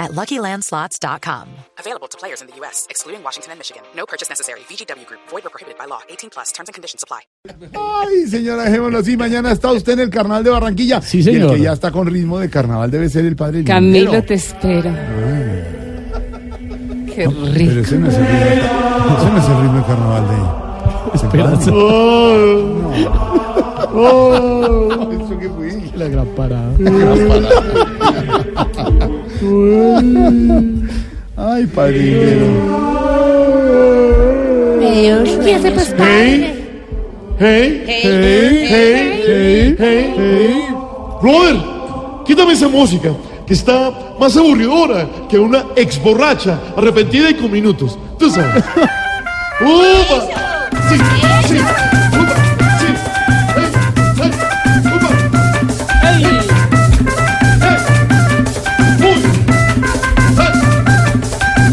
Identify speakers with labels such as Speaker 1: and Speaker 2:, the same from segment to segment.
Speaker 1: at luckylandslots.com.
Speaker 2: Available to players in the U.S., excluding Washington and Michigan. No purchase necessary. VGW Group, void or prohibited by law. 18 plus terms and conditions apply.
Speaker 3: Ay, señora, dejémoslo así. Mañana está usted en el carnaval de Barranquilla.
Speaker 4: Sí, señor.
Speaker 3: Y el que ya está con ritmo de carnaval debe ser el padre
Speaker 5: Camilo,
Speaker 3: Linero.
Speaker 5: te espero. Qué
Speaker 3: Pero
Speaker 5: rico.
Speaker 3: ese no es el ritmo, ese no es el ritmo de carnaval de ¿Se
Speaker 4: Esperanza.
Speaker 3: pasa? Eso que fue.
Speaker 4: La gran parada.
Speaker 3: Ay, padre Linero.
Speaker 5: ¿Qué hace pues padre?
Speaker 6: Hey, hey, hey, hey, hey, hey. Brother, quítame esa música que está más aburridora que una ex borracha arrepentida y con minutos. Tú sabes. ¡Upa! Sí, sí, upa, sí. Hey, hey, upa.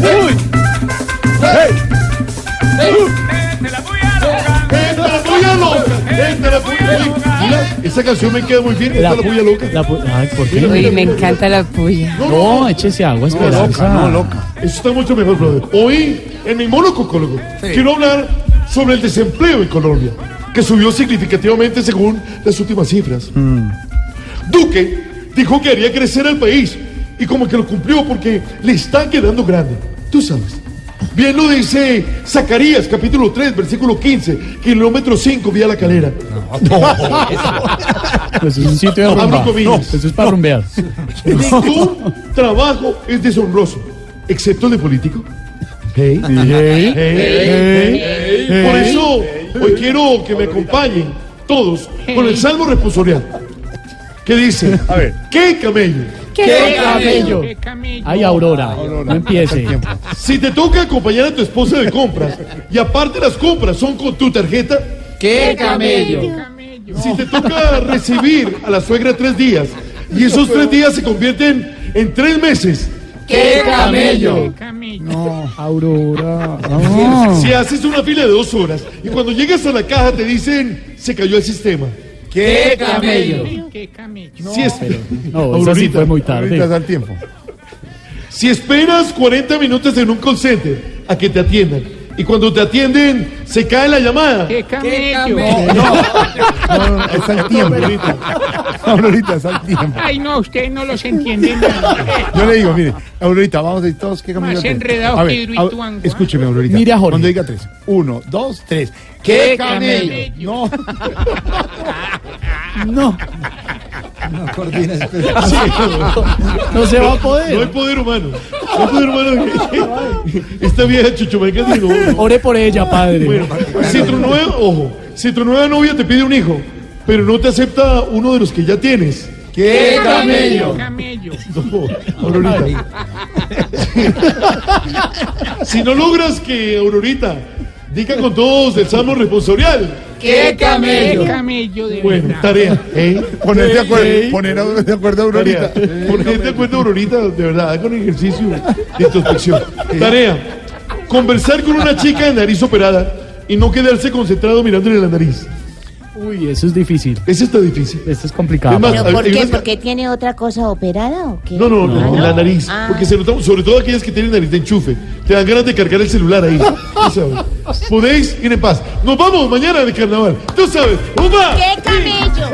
Speaker 6: Hey, uy, hey, uy, esta la puya loca, esta la puya loca. Mira, Esa canción me queda muy bien, esta la puya loca.
Speaker 4: La pu- Ay, ¿por qué?
Speaker 5: Uy, me encanta la puya.
Speaker 4: No, échese agua, Esperanza.
Speaker 3: Loca, no, loca.
Speaker 6: Eso está mucho mejor, brother. Hoy, en mi monococólogo, quiero hablar sobre el desempleo en Colombia, que subió significativamente según las últimas cifras. Duque dijo que haría crecer al país y como que lo cumplió porque le está quedando grande. Tú sabes. Bien lo dice Zacarías, capítulo 3, versículo 15, kilómetro 5, vía la calera.
Speaker 4: Pues es un sitio de
Speaker 6: No,
Speaker 4: rumba.
Speaker 6: abro
Speaker 4: No,
Speaker 6: comillas.
Speaker 4: eso es para rumbear.
Speaker 6: Ningún trabajo es deshonroso, excepto el de político. Hey, hey, hey, hey. Por eso hoy quiero que me acompañen todos con el salmo responsorial. Que dice, a ver, ¿qué camello?
Speaker 5: Qué
Speaker 4: cabello! Ay, Aurora, no empiece.
Speaker 6: Si te toca acompañar a tu esposa de compras y aparte las compras son con tu tarjeta, si te toca recibir a la suegra tres días y esos tres días se convierten en tres meses,
Speaker 4: Aurora.
Speaker 6: Si haces una fila de dos horas y cuando llegas a la caja te dicen se cayó el sistema. si, es-
Speaker 4: No, eso sí
Speaker 6: Aurorita,
Speaker 4: fue muy
Speaker 3: Ahorita
Speaker 4: tarde.
Speaker 3: da el tiempo.
Speaker 6: si esperas 40 minutos en un call center a que te atiendan y cuando te atienden se cae la llamada.
Speaker 3: No, no, no, está el tiempo. Aurorita, está el tiempo.
Speaker 7: Ay, no, ustedes no los entienden nada.
Speaker 3: Yo le digo, mire, Aurorita, vamos a ir todos. ¿Qué camino
Speaker 7: Más
Speaker 3: tenemos?
Speaker 7: enredado
Speaker 3: A
Speaker 7: que
Speaker 3: ver,
Speaker 7: Hidroituango,
Speaker 3: a-
Speaker 7: ¿ah?
Speaker 3: escúcheme, Aurorita.
Speaker 4: Mire a Jorge.
Speaker 3: Cuando diga tres. Uno, dos, tres. ¡Qué camello! No.
Speaker 4: No,
Speaker 6: Sí.
Speaker 4: no se va
Speaker 6: No
Speaker 4: a
Speaker 6: hay
Speaker 4: poder.
Speaker 6: poder humano. No hay poder humano. Esta vieja chuchumeca sí, no, no.
Speaker 4: Ore por ella, padre.
Speaker 6: Si tu nueva, ojo, si tu nueva novia te pide un hijo, pero no te acepta uno de los que ya tienes.
Speaker 3: ¡Qué
Speaker 7: Camello.
Speaker 6: No, Aurorita. si no logras que Aurorita diga con todos el salmo responsorial.
Speaker 3: ¡Qué
Speaker 7: Qué camello de
Speaker 6: Bueno,
Speaker 7: verdad.
Speaker 6: tarea. ¿eh?
Speaker 3: Poner de
Speaker 6: Ey,
Speaker 3: acuerdo, poner a- de acuerdo a Aurorita.
Speaker 6: Tarea. Ponerte de acuerdo, Aurorita, de verdad, haga un ejercicio de introspección. Tarea. Conversar con una chica de nariz operada y no quedarse concentrado mirándole la nariz.
Speaker 4: Uy, eso es difícil.
Speaker 6: Eso está difícil.
Speaker 4: Esto es complicado.
Speaker 6: Es más,
Speaker 8: Ah, ¿Pero por
Speaker 6: hay
Speaker 8: qué?
Speaker 6: unas-
Speaker 8: ¿Porque tiene otra cosa operada o qué?
Speaker 6: No, no, no, la nariz.
Speaker 8: Ah.
Speaker 6: Porque se nota, sobre todo aquellas que tienen nariz de enchufe. Te dan ganas de cargar el celular ahí. Tú sabes. Podéis ir en paz. Nos vamos mañana de carnaval. Tú sabes. ¡Upa!
Speaker 8: ¡Qué camello!